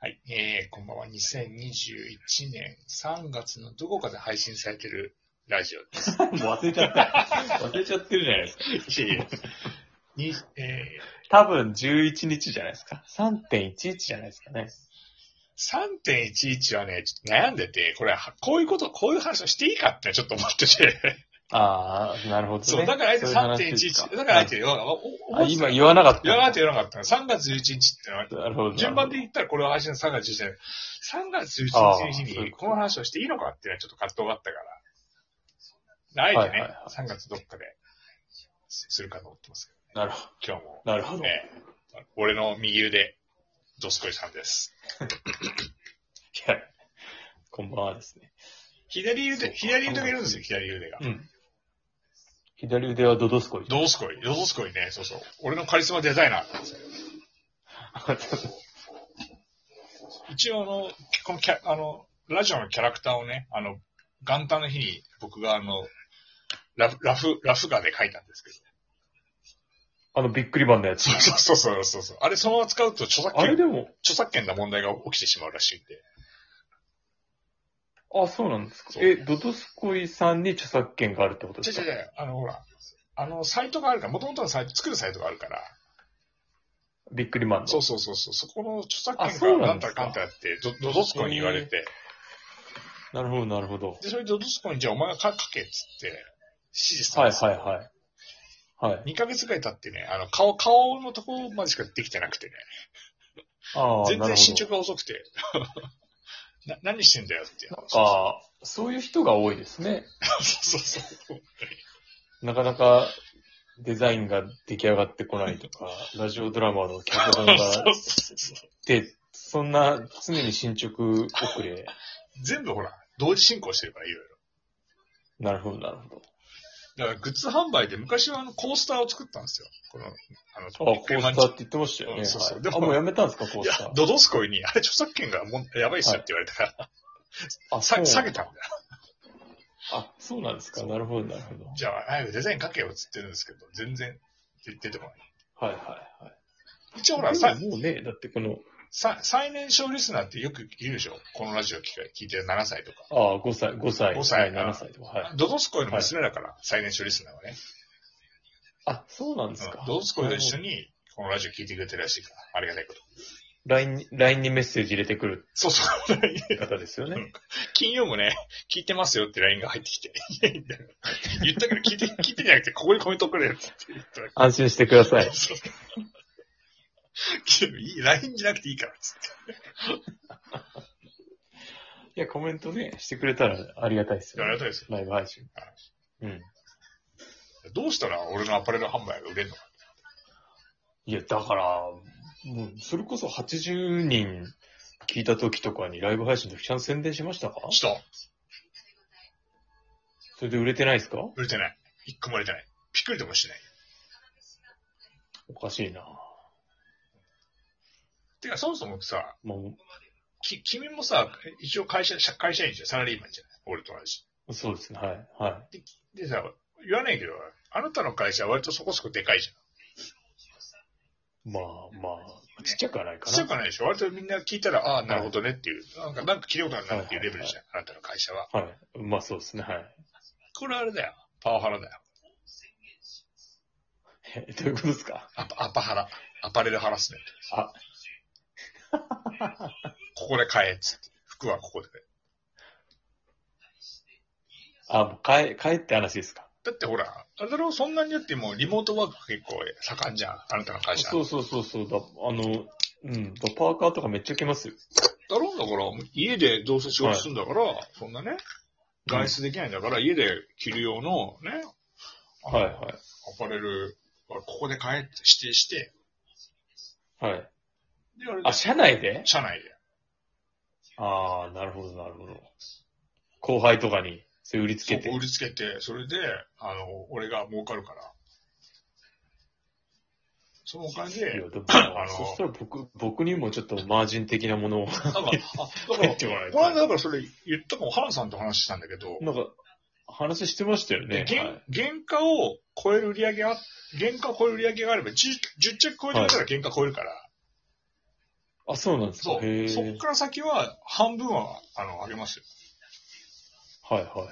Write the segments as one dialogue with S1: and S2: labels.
S1: はい、えー、こんばんは。2021年3月のどこかで配信されてるラジオで
S2: もう 忘れちゃったよ。忘れちゃってるじゃないですか。
S1: す。いえいえに、え
S2: 多分11日じゃないですか。3.11じゃないですかね。
S1: ー、3.11はね、ちょっと悩んでて、これ、はこういうこと、こういう話をしていいかってちょっと思 ってて。
S2: ああ、なるほど、ね。
S1: そう、だからあえて
S2: そういう話です
S1: 3.11、だからあえて、おお
S2: あ
S1: お
S2: 今言わなかった。
S1: 言わなかった言わなかったの。3月11日ってのは、
S2: なるほど。
S1: 順番で言ったらこれを配信の3月11日。3月11日
S2: ああそうい
S1: に
S2: うこと
S1: この話をしていいのかっていうのはちょっと葛藤があったから。あえてね、
S2: はいはいはい
S1: 3月どっかですするかと思ってますけ
S2: なるほ
S1: ど、今日も。
S2: ど。なるほど。
S1: ね、俺の右腕、ドスコイさんです。
S2: いやこんばんはですね。
S1: 左
S2: そ
S1: 腕、
S2: うか
S1: 左腕がいるんですよ、左腕が。
S2: うん。左腕はドドスコイ。
S1: ドスコイ、ドスコイね、そうそう。俺のカリスマデザイナーなんですよ。一応あの、このキャ、あの、ラジオのキャラクターをね、あの、元旦の日に僕があの、ラフ、ラフ、ラフ画で描いたんですけど。
S2: あの、びっくりマンのや つ。
S1: そうそうそうそうそう。あれそのまま使うと著作
S2: あ
S1: 権、
S2: れでも、
S1: 著作権の問題が起きてしまうらしいんで。
S2: あ、そうなんですか。
S1: そう
S2: え、ドドスコイさんに著作権があるってことで
S1: 違
S2: す
S1: う
S2: か
S1: 違う違う、あの、ほら、あの、サイトがあるから、もともとのサイト、作るサイトがあるから、
S2: びっくりマンの。
S1: そうそうそう、そうそこの著作
S2: あそう
S1: 権がな
S2: な
S1: んん
S2: で
S1: た
S2: す
S1: ら
S2: か
S1: かんたらって、ど、どどすこに言われて、
S2: なるほど、なるほど。
S1: で、それでどどすこにじゃあお前が書書けっつって、指示したん
S2: はい
S1: ですよ。
S2: はいはい。はい。
S1: 2ヶ月ぐらい経ってね、あの、顔、顔のとこまでしかできてなくてね。
S2: ああ、
S1: 全
S2: なる
S1: 然
S2: ほ
S1: 進
S2: ど。
S1: 捗が遅くて。 な何してんだよって。
S2: ああ、そういう人が多いですね。
S1: そうそうそう。
S2: なかなかデザインが出来上がってこないとか、ラジオドラマの脚本が
S1: そうそうそう
S2: で、そんな常に進捗遅れ。
S1: 全部ほら、同時進行してるから、いろい
S2: なるほど、なる ほ
S1: ろ。だから、グッズ販売で昔はあの、コースターを作ったんですよ。この、あの、
S2: ど。あ、
S1: ビ
S2: コ
S1: ッグ
S2: ース
S1: マン
S2: ターって言ってましたよ
S1: う
S2: ね。
S1: んそうそう
S2: はい
S1: でも
S2: あ、もうやめたんですか、コー
S1: いや
S2: スタ、ー。
S1: ドドスコイに、あれ著作権がもんやばいっすよって言われたから、
S2: あ、そう
S1: さ
S2: なん
S1: 下げたんだよ。
S2: あ、そうなんですか。なるほど、なるほど。
S1: じゃあ、早くデザイン書けよっつってるんですけど、全然出出てこない。
S2: はいはいはい。
S1: 一応ほ
S2: で
S1: ら、
S2: も
S1: さ
S2: もうね、だってこの、
S1: さ最年少リスナーってよく言うでしょこのラジオ聞か聞いてる7歳とか。
S2: ああ、5歳、5歳、
S1: 5歳
S2: はい7歳とか。はい。
S1: ドドスコイの娘だから、最年少リスナーはね。
S2: あ、そうなんです
S1: う
S2: か
S1: ん。。ドドスコイと一緒に、このラジオ聞いてくれてるらしいから、ありがたいこと。
S2: LINE に、LINE にメッセージ入れてくる
S1: そうそう。
S2: 方ですよね。
S1: 金曜もね、 聞いてますよって LINE が入ってきて、 いやいや言ったけど聞いて、聞いてんじゃなくて、ここにコメントくれって言ったら
S2: 安心してくだ さい。
S1: そうそう。いい、LINE じゃなくていいからっつって。
S2: いや、コメントね、してくれたらありがたいですよ、
S1: あ
S2: ね。
S1: りがたいですよ。
S2: ライブ配信
S1: はい。
S2: うん。
S1: どうしたら俺のアパレル販売が売れるのか。
S2: いや、だから、もう、それこそ80人聞いた時とかにライブ配信の時ちゃんと宣伝しましたか
S1: ちょっと、
S2: それで売れてないですか
S1: 売れてない。一個も売れてない。びっくりともしてない。
S2: おかしいな。
S1: てか、そもそもさ、
S2: も
S1: き、君もさ、一応会社、社会社員じゃん。サラリーマンじゃない。俺と同じ。
S2: う、そうですね。はい。はい。
S1: でさ、言わないけど、あなたの会社は割とそこそこでかいじゃん。
S2: まあまあ、ちっちゃくはないかな。
S1: 強くはないでしょ割とみんな聞いたら、ああ、なるほどねっていう、なんか、なんか聞いたことあるなっていうレベルじゃん、あなたの会社は。
S2: はい。まあそうですね。はい。
S1: これあれだよ。パワハラだよ。
S2: えどういうこと ですか
S1: アパアパハラ。アパレルハラスメント。
S2: あ
S1: ここで買えっつって。服はここで。
S2: あ、もう帰、帰って話ですか
S1: だってほら、あれだろ、そんなにだってもうリモートワーク結構盛んじゃん、あなたの会社。
S2: そうそうそうそうだ。あの、うん。だパーカーとかめっちゃ着ますよ。
S1: だろだから、家でどうせ仕事するんだから、そんなね、外出できないんだから、家で着る用のね、あの
S2: はいは
S1: アパレルはここで買えって指定して、
S2: い。はい。
S1: で、あれ
S2: あ、社内で
S1: 社内で。
S2: ああ、なるほど、なるほど。後輩とかに、それ売りつ
S1: そ
S2: け
S1: こ
S2: て
S1: 売。りつけて、それで、あの、俺が儲かるから。そのお金
S2: いや
S1: で、
S2: で も
S1: あの
S2: そしたら僕、僕にもちょっとマージン的なものを。
S1: だから、あ、だから、
S2: 入ってもらえた
S1: この間だからそれ言ったかも、原さんと話したんだけど、
S2: なんか、話してましたよね
S1: で。原
S2: はい
S1: 原価を超える売り上げが、原価を超える売り上げがあれば、10, 10着超えてくれたら原価超えるから、
S2: あ、そうなんですか。
S1: そ
S2: へ
S1: う。
S2: え。
S1: そっから先は、半分は、あの、あげますよ。
S2: はいはいはい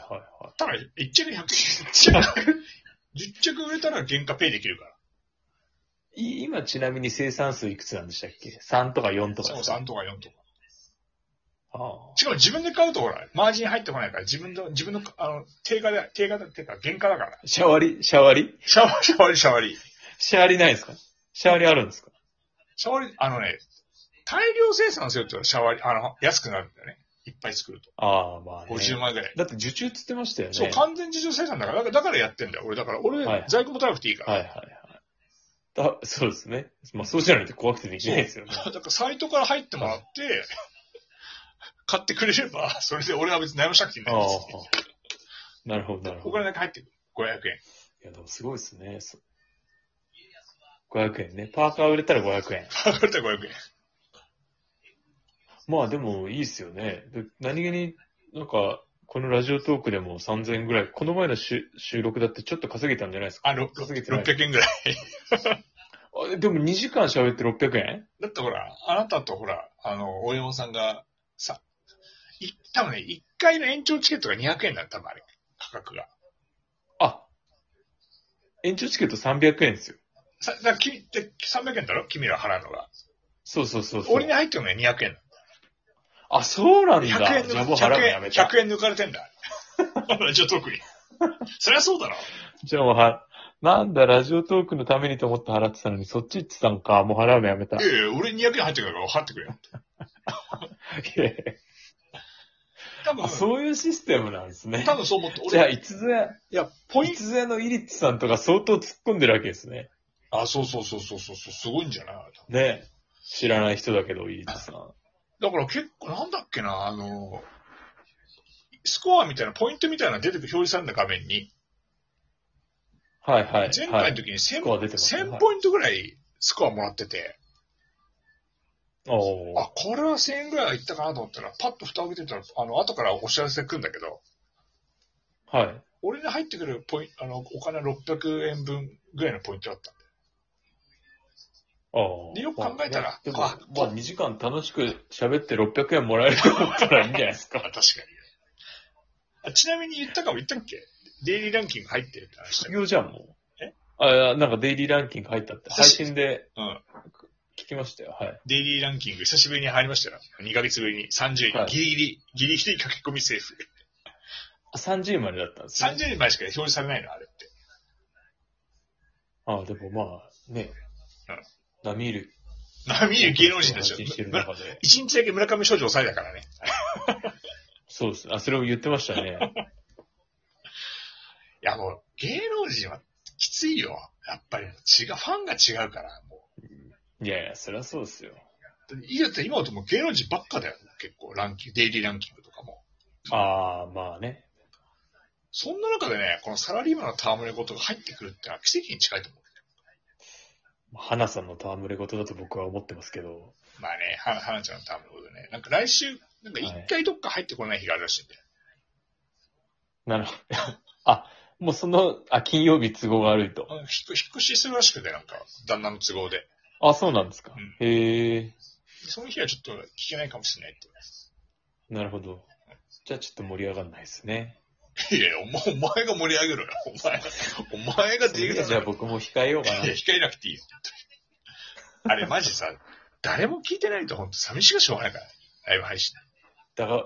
S2: は
S1: ただ、1着100着、10着売れたら原価ペイできるから。
S2: い。い今ちなみに生産数いくつなんでしたっけ ?3 とか4とか
S1: そう、
S2: ですか
S1: 3とか4とか。
S2: あ
S1: しかも自分で買うとほら、マージン入ってこないから、自分の、自分の、あの、定価で、定価だっていうか、原価だから。
S2: あ。シャワリシャワリ
S1: シャワリ、シャワリ、シャワリ。
S2: シャワリないですかシャワリあるんですか
S1: シャワリ、あのね、大量生産するとシャワリ、あの、安くなるんだよね。いっぱい作ると。
S2: ああ、まあ、ね。
S1: 50万ぐらい。
S2: だって受注って言ってましたよね。
S1: そう、完全自動生産だから、だからだからやってんだよ。俺、だから、俺、
S2: はい
S1: 在庫持たなくていいから。
S2: はいはいはい。だそうですね。まあ、そうじゃないと怖くてできないですよ ね。
S1: だから、サイトから入ってもらって、買ってくれれば、 それで俺は別に悩ましなくていいんだ
S2: ああ
S1: よ。。
S2: なるほど、なるほ
S1: お
S2: ど。
S1: 金
S2: い
S1: だけ入ってくる。500円。
S2: や、でもすごいですね。そ500円ね。パーカー売れたら500円。
S1: 上がったら500円。
S2: まあでもいいですよね。で何気になんか、このラジオトークでも3000円ぐらい、この前の収収録だってちょっと稼げたんじゃないですか
S1: あ、ろろ
S2: 稼げてない。
S1: 600円ぐらい。
S2: あででも2時間喋って600円
S1: だってほら、あなたとほら、あの、大山さんが、さ、い、多分ね、1回の延長チケットが200円だった多分あれ。価格が。
S2: あ、延長チケット300円ですよ。
S1: さ、だから君、で300円だろ君ら払うのが。
S2: そうそうそうそう。
S1: 俺に入ってるのが200円。
S2: あ、そうなんだ。じ
S1: 100円
S2: ゃあ
S1: 抜
S2: もう払う
S1: 100
S2: のやめ
S1: 円、
S2: た。
S1: 100円抜かれてんだ。 ラジオト ークに。そりゃそうだろ。
S2: じゃあもうは、なんだ、ラジオトークのためにと思って払ってたのに、そっち行ってたのか、もう払うのやめた。
S1: いやいや、俺200円入ってくるから払ってくれよ。多分、
S2: あそういうシステムなんですね。
S1: 多分そう思って、
S2: じゃあ、
S1: 俺、
S2: いつぞや、
S1: いや、ポイ
S2: い
S1: ント。
S2: つぞやのイリッツさんとか相当突っ込んでるわけですね。
S1: あ、そうそうそうそうそう、すごいんじゃない
S2: ねえ知らない人だけど、イリッツさん。
S1: だから結構、なんだっけな、あの、スコアみたいな、ポイントみたいなのが出てくる、表示されるんだ画面に。
S2: はいはい。
S1: 前回の
S2: はい、
S1: 時に1000、
S2: スコア出てますね
S1: 1000ポイントぐらいスコアもらってて、
S2: おー
S1: あ、これは1000円ぐらいはいったかなと思ったら、パッと蓋を開けてたら、あの、後からお知らせ来るんだけど、
S2: はい。
S1: 俺に入ってくるポイント、あの、お金600円分ぐらいのポイントだった。
S2: おー
S1: でよく考えたら
S2: ま
S1: あ
S2: あ、でもまあ、2時間楽しく喋って600円もらえると思ったらいいんじゃないです
S1: あ
S2: か。
S1: 確かに。あちなみに言ったかも言ったっけデイリーランキング入ってるって話した
S2: 卒
S1: よ
S2: 業じゃん、もう。
S1: え
S2: あ、なんかデイリーランキング入ったって、配信で
S1: うん。
S2: 聞きましたよ。はい。
S1: デイリーランキング久しぶりに入りましたよ。2ヶ月ぶりに30位、
S2: はい
S1: ギリギリ、ギリギリ駆け込みセーフ。
S2: あ30位までだったんですね。
S1: 30位前しか表示されないの、あれって。
S2: ああ、でもまあ、ね。並みいる。
S1: 並みいる芸能人たち
S2: 配
S1: は
S2: 信してる
S1: 村
S2: 中で。
S1: 一日だけ村上少女抑えだからね。
S2: そうです。あ、それを言ってましたね。
S1: いやもう、芸能人はきついよ。やっぱり違う、ファンが違うから、も
S2: いやいや、そりゃそうですよ。
S1: う。いいやって今だともう芸能人ばっかだよ。結構、ランキング、デイリーランキングとかも。
S2: ああ、まあね。
S1: そんな中でね、このサラリーマンの戯れ事が入ってくるってのは奇跡に近いと思
S2: 花さんの戯れ事だと僕は思ってますけど。
S1: う。まあね、ははなちゃんの戯れ事ね。なんか来週、なんか一回どっか入ってこない日があるらしいんだよ。
S2: なるほど。 あ、もうその、あ、金曜日都合が悪いと。
S1: あの引っ越引っ越しするらしくて、なんか、旦那の都合で。
S2: あ、そうなんですか
S1: うん。
S2: へえ、
S1: その日はちょっと聞けないかもしれないっ
S2: なるほど。じゃあちょっと盛り上がんないですね。
S1: て。いやいや、お前お前が盛り上げろよ。お前が、お前がディレクター
S2: じゃあ僕も控えようか
S1: いや、控えなくていいよ。あれ、マジさ、誰も聞いてないと本当寂しくしょうがないから、ライブ配信。
S2: だが、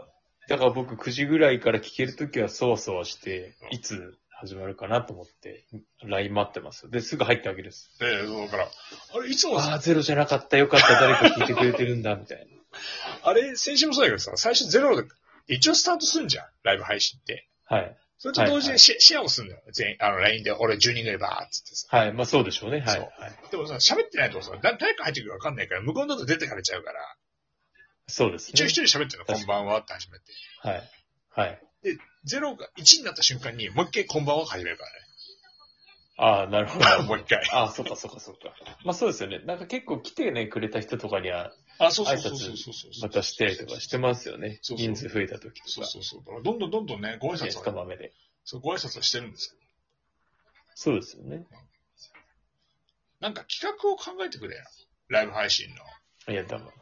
S2: だから僕9時ぐらいから聞けるときはそわそわして、いつ始まるかなと思って、LINE 待ってます。で、すぐ入ってあげるです。
S1: ええ、そうだから、あれ、いつも
S2: あ
S1: さ、
S2: あ、ゼロじゃなかった、よかった、誰か聞いてくれてるんだ、みたいな。
S1: あれ、先週もそうだけどさ、最初ゼロで、一応スタートすんじゃん、ライブ配信って。
S2: はい。
S1: それと同時
S2: はいは
S1: に
S2: い
S1: シェ,、シェアをすんのよ。全員、あの、LINE で、俺10人ぐらいバーっつってさ。
S2: はい。まあそうでしょうね。はい。
S1: そう
S2: はい、
S1: でもさ、喋ってないとさ、だ誰か入ってくるか分かんないから、無言だと出てかれちゃうから、
S2: そうです
S1: 一応
S2: ね
S1: 一。人喋ってるの、こんばんはって始めて。
S2: はい。はい。
S1: ゼロが1になった瞬間に、もう一回こんばんは始めるか
S2: ああ、なるほ
S1: らね。
S2: ど。
S1: もう一回。
S2: ああ、そっかそっかそっか。まあそうですよね。なんか結構来てね、くれた人とかには、
S1: あ、そうそうそうそうそうそう。
S2: またしたりとかしてますよね。
S1: そうそう
S2: 人数増えた時と
S1: そう
S2: か。
S1: そうそう。だからどんどんどんどんね、ご挨
S2: いい
S1: 拶
S2: です
S1: を
S2: か、豆で。
S1: そう、ご挨拶をしてるんですけど、
S2: そうですよね。
S1: なんか企画を考えてくれよ。ライブ配信の。
S2: いや、だから。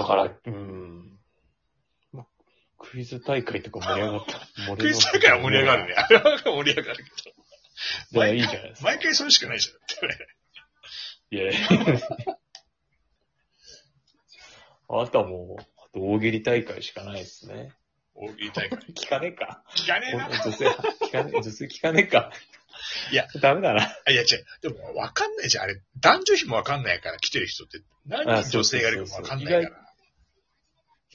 S2: だから、うん。まクイズ大会とか盛り上がった。 盛り上がった
S1: クイズ大会は盛り上が るね。。あれは盛り上がるけ
S2: だからいいじゃないです
S1: ど。
S2: か。
S1: 毎回それしかないじゃん。
S2: いやいや あとはもう、あと大喜利大会しかないですね。
S1: 大喜利大会。
S2: 聞かねえか。
S1: 聞かねえな。
S2: 女性、聞かねえ、女性聞かねえか。
S1: いや、
S2: ダメだな。
S1: あいや、違う。でも、わかんないじゃん。あれ、男女比もわかんないから、来てる人って。何
S2: あ
S1: 人
S2: そう
S1: 女性がいるかもわかんない
S2: そう
S1: か
S2: そ
S1: ら。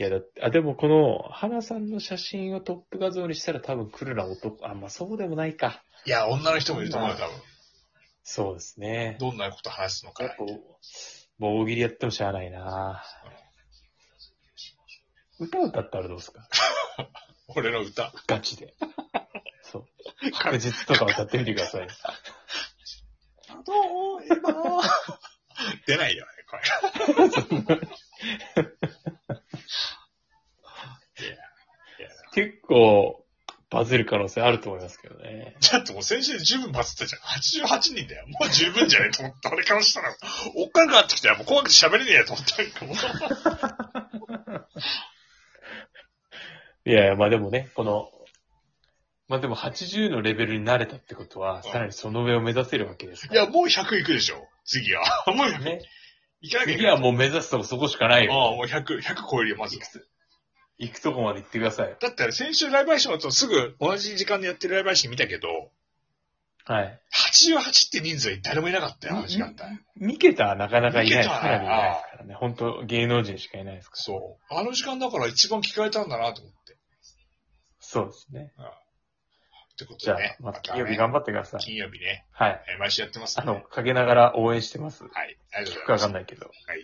S2: いや、だって、あ、でもこの、花さんの写真をトップ画像にしたら多分来るな男、あ、まあそうでもないか。
S1: いや、女の人もいると思うよ、多分。
S2: そうですね。
S1: どんなこと話すのか
S2: やっ。ぱ、もう大喜利やってもしゃあないな歌歌ったらどうですか
S1: 俺の歌。
S2: ガチで。 そう。白日とか歌ってみてください。
S1: 出ないよね、これ。
S2: 結構、バズる可能性あると思いますけどね。
S1: だってもう先週十分バズったじゃん。88人だよ。もう十分じゃねえと思って、俺からしたら、おっかなくなってきたよ。もう怖くて喋れねえやと思ったんかも。
S2: いやいや、まあでもね、この、まあでも80のレベルに慣れたってことは、さらにその上を目指せるわけですか
S1: い
S2: ら。
S1: や、もう100いくでしょ。次は。もう100。
S2: ね。
S1: いかなきゃいけ
S2: 次
S1: ない。
S2: はもう目指すとこそこしかないよ。
S1: ああ、もう100、100超えるよ、まず
S2: 行。くと行くとこまで行ってください。
S1: だってあれ先週ライブ配信のとすぐ同じ時間でやってるライブ配信見たけど、
S2: はい。
S1: 88って人数誰もいなかったよ、あの時間帯。
S2: 2桁はなかなかいな
S1: 二
S2: い。
S1: 桁は
S2: かなりいないですからね。本当芸能人しかいないですから。
S1: そう。あの時間だから一番聞かれたんだなと思って。
S2: そうですね。
S1: ってこと
S2: じゃ
S1: で
S2: あ
S1: ね。、
S2: まあ、
S1: た
S2: 金曜日頑張ってください。
S1: 金曜日ね。
S2: はい。
S1: えー毎週やってます
S2: あ
S1: んで
S2: の、かけながら応援してます。
S1: はい。ありがとう
S2: 聞く
S1: ご
S2: かわ
S1: ざ
S2: か
S1: い
S2: ん
S1: ます。
S2: ないけど。
S1: はい。